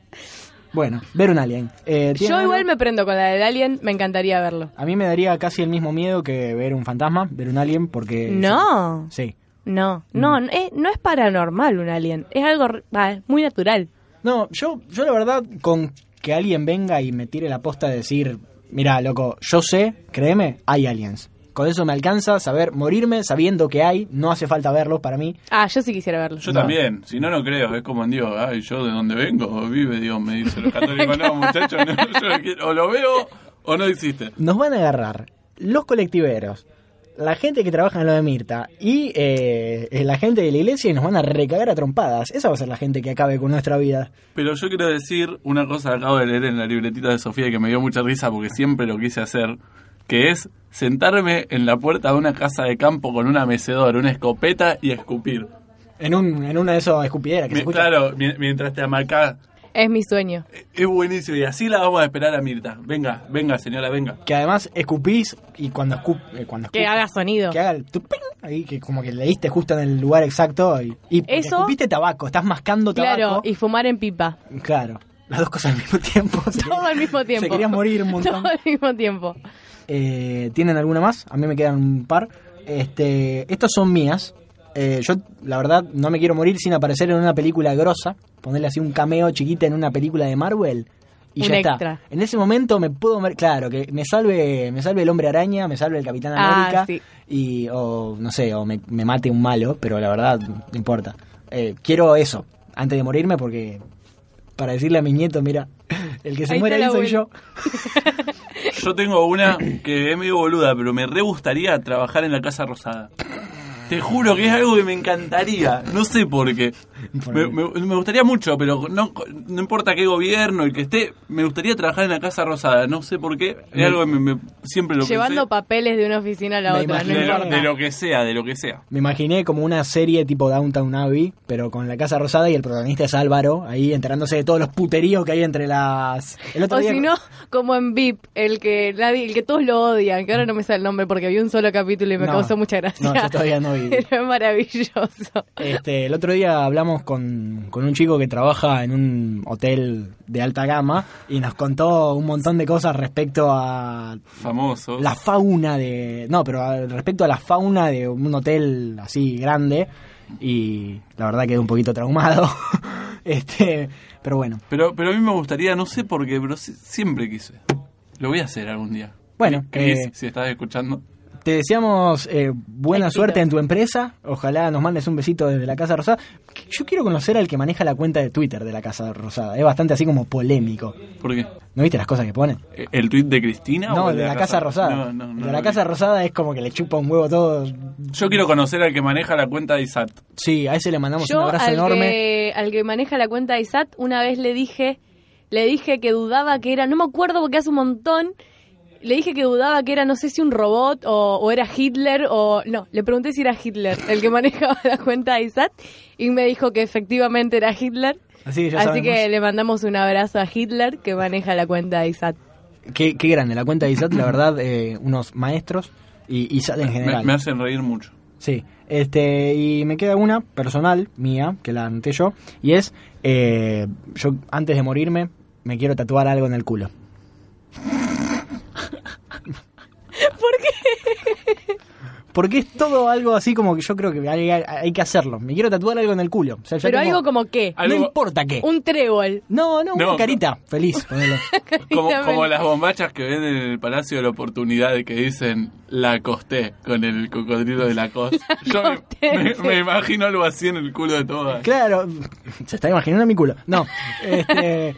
A: Bueno, ver un alien. Eh, ¿tiene
B: yo
A: algo?
B: igual me prendo con la del Alien, me encantaría verlo.
A: A mí me daría casi el mismo miedo que ver un fantasma, ver un alien, porque...
B: No,
A: Eh, Sí.
B: no, no, no es, no es paranormal un alien, es algo re- va, es muy natural.
A: No, yo, yo la verdad, con que alguien venga y me tire la posta de decir, mira, loco, yo sé, créeme, hay aliens. Con eso me alcanza saber morirme sabiendo que hay, no hace falta verlos para mí.
B: Ah, yo sí quisiera verlo.
C: Yo también, si no, no creo. Es como en Dios, ay, yo de dónde vengo, vive Dios, me dice los católicos. No, muchachos, no, yo no quiero. O lo veo o no existe.
A: Nos van a agarrar los colectiveros, la gente que trabaja en lo de Mirta y eh, la gente de la iglesia y nos van a recagar a trompadas. Esa va a ser la gente que acabe con nuestra vida.
C: Pero yo quiero decir una cosa que acabo de leer en la libretita de Sofía que me dio mucha risa porque siempre lo quise hacer, que es sentarme en la puerta de una casa de campo con una mecedora, una escopeta y escupir.
A: En, un, en una de esas escupideras que se
C: Mi-
A: escucha.
C: claro, mi- mientras te amacás.
B: Es mi sueño.
C: Eh, Es buenísimo y así la vamos a esperar a Mirta. Venga, venga, señora, venga.
A: Que además escupís y cuando escup- eh, cuando
B: Que
A: escup-
B: haga sonido.
A: que haga el tupín, ahí que como que le diste justo en el lugar exacto y, y porque
B: Eso-
A: escupiste tabaco, estás mascando
B: Claro,
A: tabaco.
B: y fumar en pipa.
A: Claro, las dos cosas al mismo tiempo.
B: Todo al mismo tiempo.
A: Se quería morir un montón.
B: Todo al mismo tiempo.
A: Eh, ¿Tienen alguna más? A mí me quedan un par. Este, estas son mías. Eh, yo, la verdad, no me quiero morir sin aparecer en una película grosa. Ponerle así un cameo chiquita en una película de Marvel. Y
B: Un
A: ya
B: extra.
A: está. En ese momento me puedo ver, claro, que me salve, me salve el hombre araña, me salve el Capitán
B: Ah,
A: América.
B: sí.
A: Y, o no sé, o me, me mate un malo, pero la verdad, no importa. Eh, quiero eso, antes de morirme, porque para decirle a mis nietos, mira, el que se
B: Ahí está
A: muere
B: el
A: ahí soy
B: abuelo.
A: yo.
C: Yo tengo una que es medio boluda, pero me re gustaría trabajar en la Casa Rosada. Te juro que es algo que me encantaría. No sé por qué. Me, me- me gustaría mucho, pero no, no importa qué gobierno, el que esté, me gustaría trabajar en la Casa Rosada. No sé por qué, es algo que me- me- siempre lo
B: Llevando
C: pensé.
B: papeles de una oficina a la
A: Me
B: otra, no
A: imagino.
C: de, lo,
B: importa.
C: de lo que sea, de lo que sea.
A: Me imaginé como una serie tipo Downtown Abbey, pero con la Casa Rosada y el protagonista es Álvaro, ahí enterándose de todos los puteríos que hay entre las... El otro
B: O
A: día-
B: si no, como en VIP, el que nadie, el que todos lo odian, que ahora no me sale el nombre porque vi un solo capítulo y me
A: No.
B: causó mucha gracia.
A: No, yo todavía no vi.
B: Pero es maravilloso.
A: Este, el otro día hablamos con, con un chico que trabaja en un hotel de alta gama y nos contó un montón de cosas respecto a
C: Famoso.
A: la fauna de... No, pero a- respecto a la fauna de un hotel así grande y la verdad quedé un poquito traumado. este, pero bueno.
C: Pero, pero a mí me gustaría, no sé por qué, pero si- siempre quise. Lo voy a hacer algún día.
A: Bueno,
C: Chris,
A: eh,
C: si estás escuchando.
A: Te deseamos eh, buena
B: Éxitos.
A: suerte en tu empresa. Ojalá nos mandes un besito desde la Casa Rosada. Yo quiero conocer al que maneja la cuenta de Twitter de la Casa Rosada. Es bastante así como polémico.
C: ¿Por qué?
A: ¿No viste las cosas que ponen?
C: ¿E- ¿El tuit de Cristina?
A: No,
C: o
A: el de la Casa Rosada.
C: No, no, no
A: el de
C: lo
A: la
C: vi.
A: Casa Rosada es como que le chupa un huevo todo.
C: Yo quiero conocer al que maneja la cuenta de ISAT.
A: Sí, a ese le mandamos
B: Yo
A: un abrazo
B: al
A: enorme.
B: que, al que maneja la cuenta de ISAT, una vez le dije, le dije que dudaba que era, no me acuerdo porque hace un montón, le dije que dudaba que era, no sé si un robot o, o era Hitler o no, le pregunté si era Hitler el que manejaba la cuenta de ISAT y me dijo que efectivamente era Hitler.
A: Así que ya
B: Así que
A: sabemos.
B: le mandamos un abrazo a Hitler que maneja la cuenta de ISAT.
A: Qué, qué grande, la cuenta de Isat, la verdad, eh, unos maestros. Y Isat en
C: Me,
A: general.
C: me hacen reír mucho.
A: Sí, este, y me queda una personal mía, que la anoté yo, y es, eh, yo antes de morirme me quiero tatuar algo en el culo. ¿Por qué? Porque es todo algo así como que yo creo que hay, hay- hay que hacerlo. Me quiero tatuar algo en el culo. O sea, ya
B: Pero
A: tengo-
B: algo como qué,
A: No
C: Algo-
A: importa qué.
B: un trébol.
A: No, no, una
C: No.
A: carita feliz. ponele.
C: Como,
B: Claramente.
C: como las bombachas que ven en el Palacio de la Oportunidad que dicen la acosté con el cocodrilo de la costa. Yo me-
B: acosté,
C: me,
B: sí.
C: me imagino algo así en el culo de todas.
A: Claro, se está imaginando mi culo. No, este,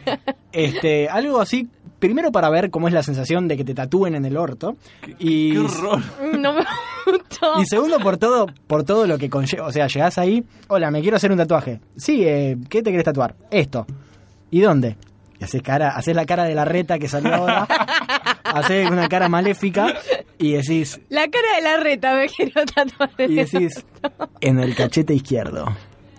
A: este, algo así, primero para ver cómo es la sensación de que te tatúen en el orto. Y,
C: ¡Qué horror!
B: Mm, No me gustó.
A: y segundo, por todo, por todo lo que conlleva. O sea, llegás ahí, hola, me quiero hacer un tatuaje. Sí, eh, ¿qué te querés tatuar? Esto. ¿Y dónde? Y haces, cara, haces la cara de la reta que salió ahora. haces una cara maléfica y decís,
B: La cara de la reta me quiero tatuar.
A: y decís, en el cachete izquierdo.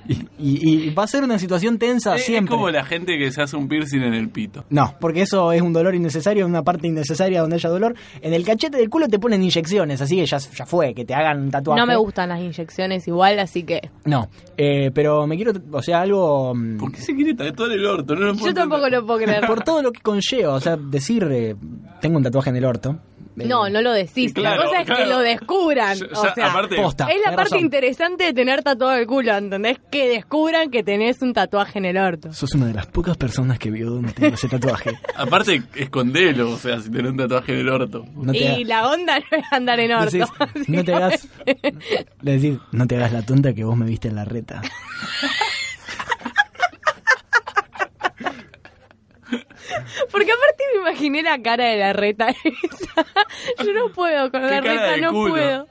A: Y, y- y va a ser una situación tensa
C: Es- es,
A: siempre.
C: como la gente que se hace un piercing en el pito.
A: No, porque eso es un dolor innecesario, una parte innecesaria donde haya dolor. En el cachete del culo te ponen inyecciones, así que ya, ya fue, que te hagan un tatuaje.
B: No me gustan las inyecciones igual, así que
A: No, eh, pero me quiero, o sea, algo... mm,
C: ¿Por qué se quiere tatuar el orto? No lo puedo
B: yo tampoco
C: entender.
B: lo puedo creer.
A: Por todo lo que conlleva, o sea, decir, eh, tengo un tatuaje en el orto. eh,
B: No, no lo decís.
C: Claro,
B: la cosa es que
C: claro.
B: lo descubran.
C: Yo-
B: o
C: ya,
B: sea,
C: aparte-
A: Posta,
B: es la
A: tenés
B: parte
A: razón.
B: interesante de tener tatuado el culo, ¿entendés? Que descubran que tenés un tatuaje en el orto.
A: Sos una de las pocas personas que vio donde tengo ese tatuaje.
C: Aparte, escondelo, o sea, si tenés un tatuaje en el orto.
A: No te
B: y
A: ha-
B: la onda no es andar en orto.
A: Decís,
B: Así
A: no te
B: que-
A: hagas, le decís, no te hagas la tonta que vos me viste en la reta.
B: Porque aparte me imaginé la cara de la reta esa. Yo no puedo, con la
C: cara
B: reta
C: de
B: no
C: culo.
B: puedo.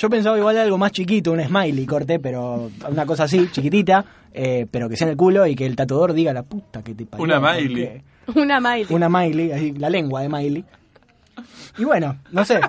A: Yo pensaba igual algo más chiquito, un smiley, corte, pero una cosa así, chiquitita, eh, pero que sea en el culo y que el tatuador diga la puta que te parió.
C: Una
A: ¿por
C: Miley.
A: qué?".
B: Una Miley.
A: Una Miley, así, la lengua de Miley. Y bueno, no sé.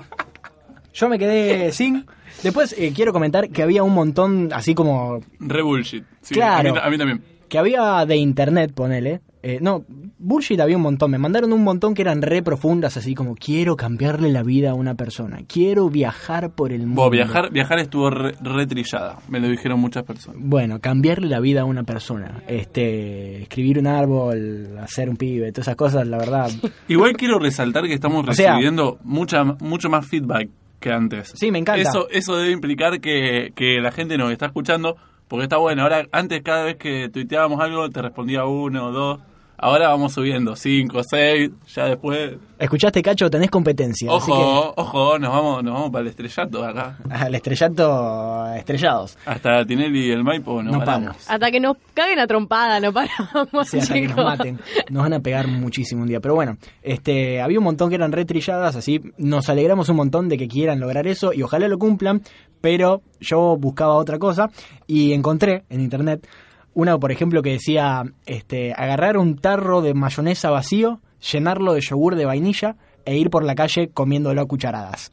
A: Yo me quedé sin. Después eh, quiero comentar que había un montón, así como
C: Re bullshit. Sí,
A: Claro.
C: a, mí, a mí también.
A: que había de internet, ponele. Eh, no, bullshit había un montón. Me mandaron un montón que eran re profundas, así como quiero cambiarle la vida a una persona. Quiero viajar por el mundo.
C: Bo, viajar, viajar estuvo re- retrillada. Me lo dijeron muchas personas.
A: Bueno, cambiarle la vida a una persona. Este, escribir un árbol, hacer un pibe, todas esas cosas, la verdad.
C: Igual quiero resaltar que estamos
A: O sea-
C: recibiendo mucha, mucho más feedback que antes.
A: Sí, me encanta.
C: Eso, eso debe implicar que, que la gente nos está escuchando, porque está bueno. Ahora, antes cada vez que tuiteábamos algo, te respondía uno o dos. Ahora vamos subiendo 5, 6, ya después.
A: Escuchaste, Cacho, tenés competencia. así
C: Ojo, ojo, nos vamos, nos vamos para el estrellato de acá.
A: que al estrellato, estrellados.
C: Hasta Tinelli y el Maipo no,
A: No
C: paramos.
A: paramos.
B: Hasta que nos caguen a trompada, no paramos,
A: Sí, hasta que nos
B: chicos.
A: maten. Nos van a pegar muchísimo un día. Pero bueno, este, había un montón que eran retrilladas, así nos alegramos un montón de que quieran lograr eso y ojalá lo cumplan. Pero yo buscaba otra cosa y encontré en internet una, por ejemplo, que decía este, agarrar un tarro de mayonesa vacío, llenarlo de yogur de vainilla e ir por la calle comiéndolo a cucharadas.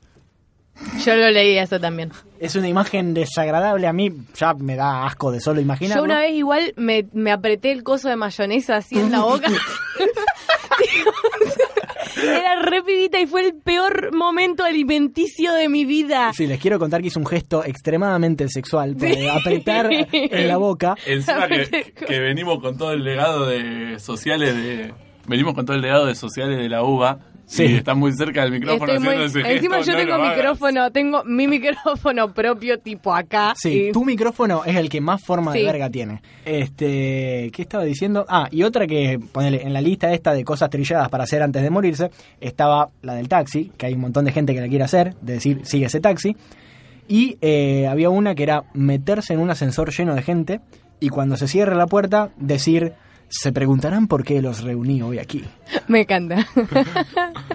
B: Yo lo leí eso también.
A: Es una imagen desagradable a mí, ya me da asco de solo imaginarlo.
B: Yo una vez igual me, me apreté el coso de mayonesa así en la boca. Era re pibita y fue el peor momento alimenticio de mi vida.
A: Sí, les quiero contar que hice un gesto extremadamente sexual, por apretar en la boca.
C: Encima que, que venimos con todo el legado de sociales de. Venimos con todo el legado de sociales de la UBA.
A: Sí.
C: Y está muy cerca del micrófono
B: Estoy muy-
C: haciendo ese
B: encima
C: gesto,
B: yo
C: no
B: tengo
C: lo hagas.
B: micrófono, tengo mi micrófono propio tipo acá.
A: Sí,
B: y-
A: tu micrófono es el que más forma de
B: Sí.
A: verga tiene. Este, ¿qué estaba diciendo? Ah, y otra que, ponele, en la lista esta de cosas trilladas para hacer antes de morirse, estaba la del taxi, que hay un montón de gente que la quiere hacer, de decir, sigue ese taxi. Y eh, había una que era meterse en un ascensor lleno de gente y cuando se cierre la puerta, decir, se preguntarán por qué los reuní hoy aquí.
B: Me encanta.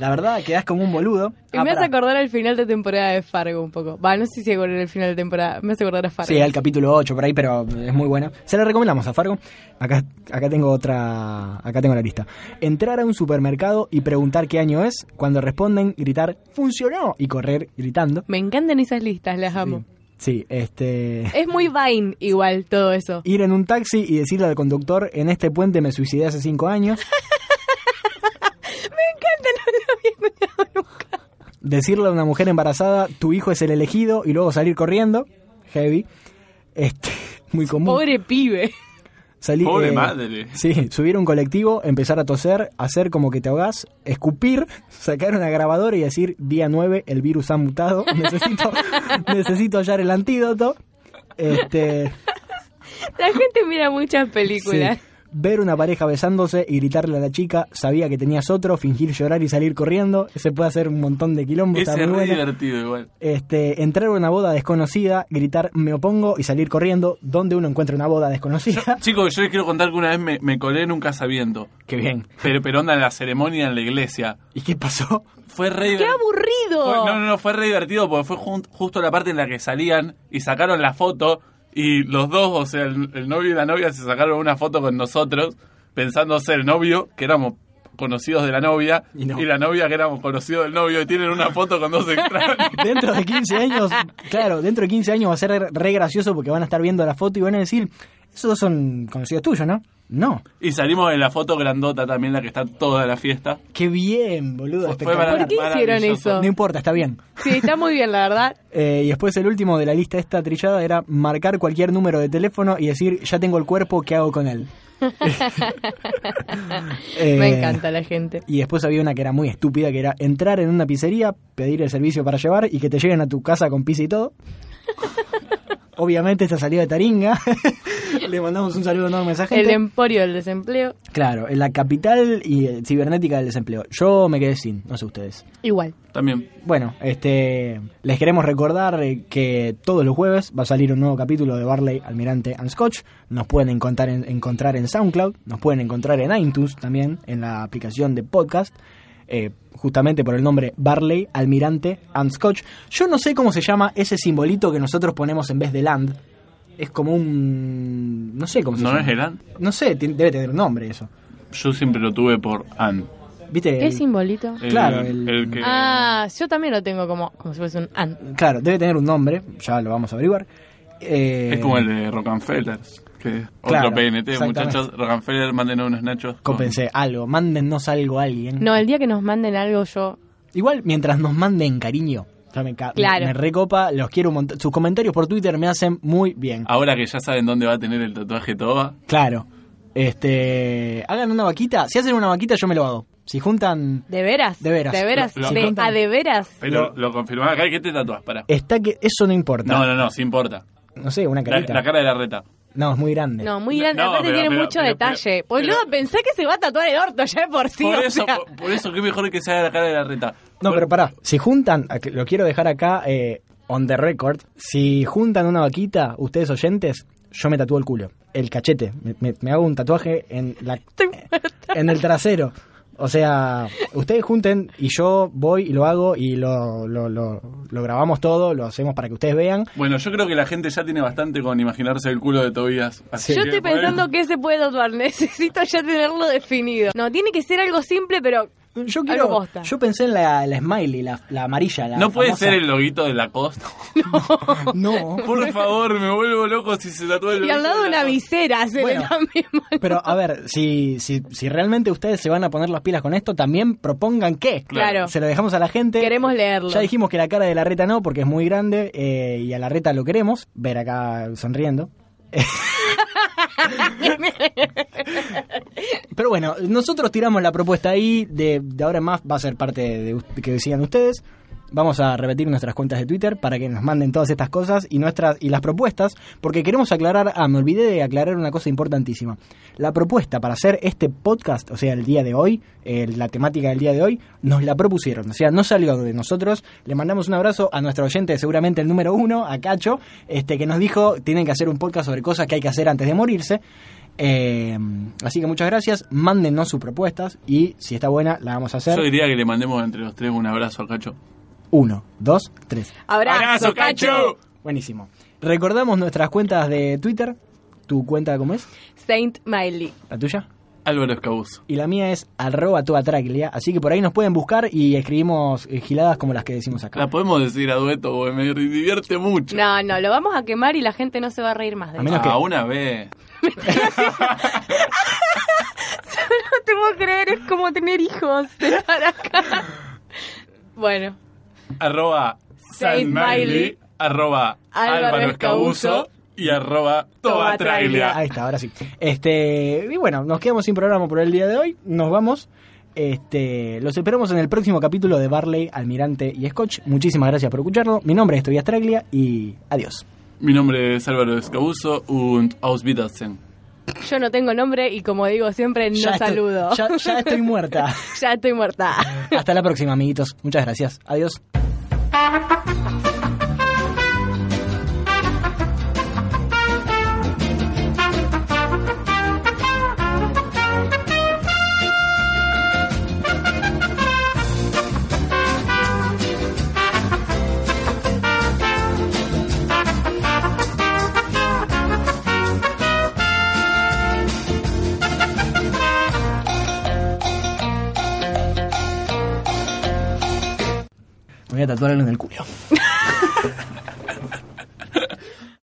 A: La verdad, quedás como un boludo.
B: Y
A: Ah,
B: me hace
A: pará.
B: acordar al final de temporada de Fargo un poco. Va, no sé si acordar el final de temporada. Me hace acordar a Fargo.
A: Sí, al capítulo 8 por ahí, pero es muy buena. Se la recomendamos a Fargo. Acá, acá tengo otra. Acá tengo la lista. Entrar a un supermercado y preguntar qué año es. Cuando responden, gritar ¡Funcionó! y correr gritando.
B: Me encantan esas listas, las amo.
A: Sí, este.
B: Es muy Vine igual todo eso.
A: Ir en un taxi y decirle al conductor: En este puente me suicidé hace 5 años. Decirle a una mujer embarazada: Tu hijo es el elegido. y luego salir corriendo. Heavy. Este. Muy común.
B: Pobre pibe.
A: Salí- eh,
C: Pobre madre.
A: Sí, subir un colectivo, empezar a toser, hacer como que te ahogás, escupir, sacar una grabadora y decir, día 9, el virus ha mutado, necesito, necesito hallar el antídoto. Este,
B: La gente mira muchas
A: sí.
B: películas.
A: Ver una pareja besándose y gritarle a la chica, sabía que tenías otro, fingir llorar y salir corriendo, se puede hacer un montón de quilombos.
C: Ese
A: está
C: es
A: muy
C: re
A: buena.
C: divertido igual.
A: Este, entrar a una boda desconocida, gritar me opongo y salir corriendo, donde uno encuentra una boda desconocida.
C: Chicos, yo les quiero contar que una vez me, me colé en un casamiento.
A: Qué bien.
C: Pero, pero onda en la ceremonia en la iglesia.
A: ¿Y qué pasó?
C: Fue re
B: ¡Qué
C: divertido. Fue-
B: aburrido!
C: no, no, no, fue re divertido porque fue jun- justo la parte en la que salían y sacaron la foto y los dos, o sea, el, el novio y la novia se sacaron una foto con nosotros pensando ser novio, que éramos conocidos de la novia
A: Y
C: y,
A: no.
C: la novia que éramos conocidos del novio y tienen una foto con dos extraños.
A: Dentro de 15 años, claro, dentro de 15 años va a ser re gracioso porque van a estar viendo la foto y van a decir, esos son conocidos tuyos, ¿no? No.
C: y salimos de la foto grandota también, la que está toda la fiesta.
A: Qué bien, boludo.
C: Fue- fue
A: espectacular.
B: ¿Por qué hicieron
C: maravilloso.
B: eso?
A: No importa, está bien.
B: Sí, está muy bien, la verdad.
A: Eh, y después el último de la lista esta trillada era marcar cualquier número de teléfono y decir, ya tengo el cuerpo, ¿qué hago con él? Eh,
B: Me encanta la gente.
A: Y después había una que era muy estúpida, que era entrar en una pizzería, pedir el servicio para llevar y que te lleguen a tu casa con pizza y todo. Obviamente esta salió de Taringa. Le mandamos un saludo enorme a esa
B: El em-
A: gente.
B: emporio del desempleo,
A: Claro, en la capital y eh, cibernética del desempleo. Yo me quedé sin, no sé ustedes.
B: igual.
C: También.
A: Bueno, este, les queremos recordar eh, que todos los jueves va a salir un nuevo capítulo de Barley, Almirante and Scotch. Nos pueden encontrar en, encontrar en SoundCloud, nos pueden encontrar en iTunes también, en la aplicación de podcast, eh, justamente por el nombre Barley, Almirante and Scotch. Yo no sé cómo se llama ese simbolito que nosotros ponemos en vez de land. Es como un... no sé cómo se
C: ¿No
A: llama.
C: es el Ant?
A: No sé, ti- debe tener un nombre eso.
C: Yo siempre lo tuve por Ant.
A: ¿Viste?
B: ¿Qué
A: El-
B: simbolito?
C: El-
A: Claro, el-
C: el que...
B: Ah, yo también lo tengo como, como si fuese un ant.
A: Claro, debe tener un nombre, ya lo vamos a averiguar. Eh,
C: Es como el de Rockefeller, que es
A: Claro,
C: otro PNT,
A: exactamente.
C: muchachos. Rockefeller, mándenos unos nachos. con-
A: Compensé algo, mándennos algo a alguien.
B: No, el día que nos manden algo yo...
A: Igual, mientras nos manden cariño, ya me, ca-
B: Claro.
A: me recopa, los quiero un montón. Sus comentarios por Twitter me hacen muy bien.
C: Ahora que ya saben dónde va a tener el tatuaje Toba,
A: Claro. Este, hagan una vaquita. Si hacen una vaquita, yo me lo hago. Si juntan
B: ¿De veras?
A: De veras.
B: ¿De veras?
C: Lo- Eh, lo-
B: De- ¿A de veras?
C: pero lo confirmaba
A: Eh,
C: acá. ¿Qué te tatuás? Pará.
A: está que eso no importa.
C: No, no, no, sí importa.
A: No sé, una
C: La,
A: carita.
C: la cara de la reta.
A: No, es muy grande.
B: No, muy
C: No,
B: grande.
C: no,
B: Aparte
C: pero-
B: tiene
C: pero-
B: mucho
C: pero-
B: detalle.
C: pero-
B: Boludo, pensé que se va a tatuar el orto ya de por sí.
C: por,
B: o
C: eso,
B: sea.
C: por, por eso, qué mejor que se haga la cara de la reta.
A: No, pero pará. Si juntan, ac- lo quiero dejar acá eh, on the record. Si juntan una vaquita, ustedes oyentes, yo me tatúo el culo, el cachete. Me, me- me hago un tatuaje en, la, en el trasero. O sea, ustedes junten y yo voy y lo hago y lo, lo, lo, lo grabamos todo, lo hacemos para que ustedes vean.
C: Bueno, yo creo que la gente ya tiene bastante con imaginarse el culo de Tobías. así
B: Yo
C: que
B: estoy
C: por ahí-
B: pensando que se puede tatuar. Necesito ya tenerlo definido. No, tiene que ser algo simple, pero.
A: Yo
B: Algo
A: quiero.
B: posta.
A: Yo pensé en la, la smiley, la, la amarilla. la
C: No puede
A: famosa.
C: ser el loguito de la costa.
A: No.
C: Por favor, me vuelvo loco si se tatúa el
B: Y al
C: loguito
B: lado
C: de
B: una
C: Lacoste.
B: visera se
A: Bueno.
B: le también.
A: Pero a ver, si, si, si realmente ustedes se van a poner las pilas con esto, también propongan qué.
B: Claro.
A: Se lo dejamos a la gente.
B: Queremos leerlo.
A: Ya dijimos que la cara de la reta no, porque es muy grande eh, y a la reta lo queremos. Ver acá sonriendo. Pero bueno, nosotros tiramos la propuesta ahí. De, de ahora en más va a ser parte de ust- que decidan ustedes. Vamos a repetir nuestras cuentas de Twitter para que nos manden todas estas cosas y nuestras y las propuestas, porque queremos aclarar. Ah, me olvidé de aclarar una cosa importantísima. La propuesta para hacer este podcast, o sea, el día de hoy, eh, la temática del día de hoy, nos la propusieron. O sea, no salió de nosotros. Le mandamos un abrazo a nuestro oyente, seguramente el número uno, a Cacho, este que nos dijo tienen que hacer un podcast sobre cosas que hay que hacer antes de morirse. Eh, así que muchas gracias. Mándennos sus propuestas y si está buena, la vamos a hacer.
C: Yo diría que le mandemos entre los tres un abrazo a Cacho.
A: Uno, dos, tres.
B: Abrazo, cacho.
A: Buenísimo. Recordamos nuestras cuentas de Twitter. ¿Tu cuenta cómo es?
B: Saint Miley.
A: ¿La tuya?
C: Álvaro Escabuzo.
A: Y la mía es arroba toda traglia. Así que por ahí nos pueden buscar y escribimos eh, giladas como las que decimos acá.
C: La podemos decir a dueto, porque me divierte mucho.
B: No, no, lo vamos a quemar y la gente no se va a reír más de
A: A
B: eso.
A: menos que-
C: Ah, una vez.
B: No te puedo creer, es como tener hijos estar acá. Bueno,
C: Arroba
B: Saint
C: Saint
B: Miley,
C: Miley, arroba
B: Álvaro
C: Álvaro Escabuzo
B: Escabuzo,
C: y arroba
B: Toba
C: Toba
B: Traglia.
C: Traglia.
A: Ah, Ahí está, ahora sí. Este, y bueno, nos quedamos sin programa por el día de hoy. Nos vamos. Este, los esperamos en el próximo capítulo de Barley, Almirante y Scotch. Muchísimas gracias por escucharlo. Mi nombre es Tobias Traglia y adiós.
C: Mi nombre es Álvaro Escabuzo und aus Wiedersehen.
B: yo no tengo nombre y como digo siempre, no
A: Ya estoy-
B: saludo.
A: ya- ya estoy muerta.
B: ya estoy muerta.
A: Hasta la próxima, amiguitos. Muchas gracias. Adiós. Me voy a tatuar algo en el culo.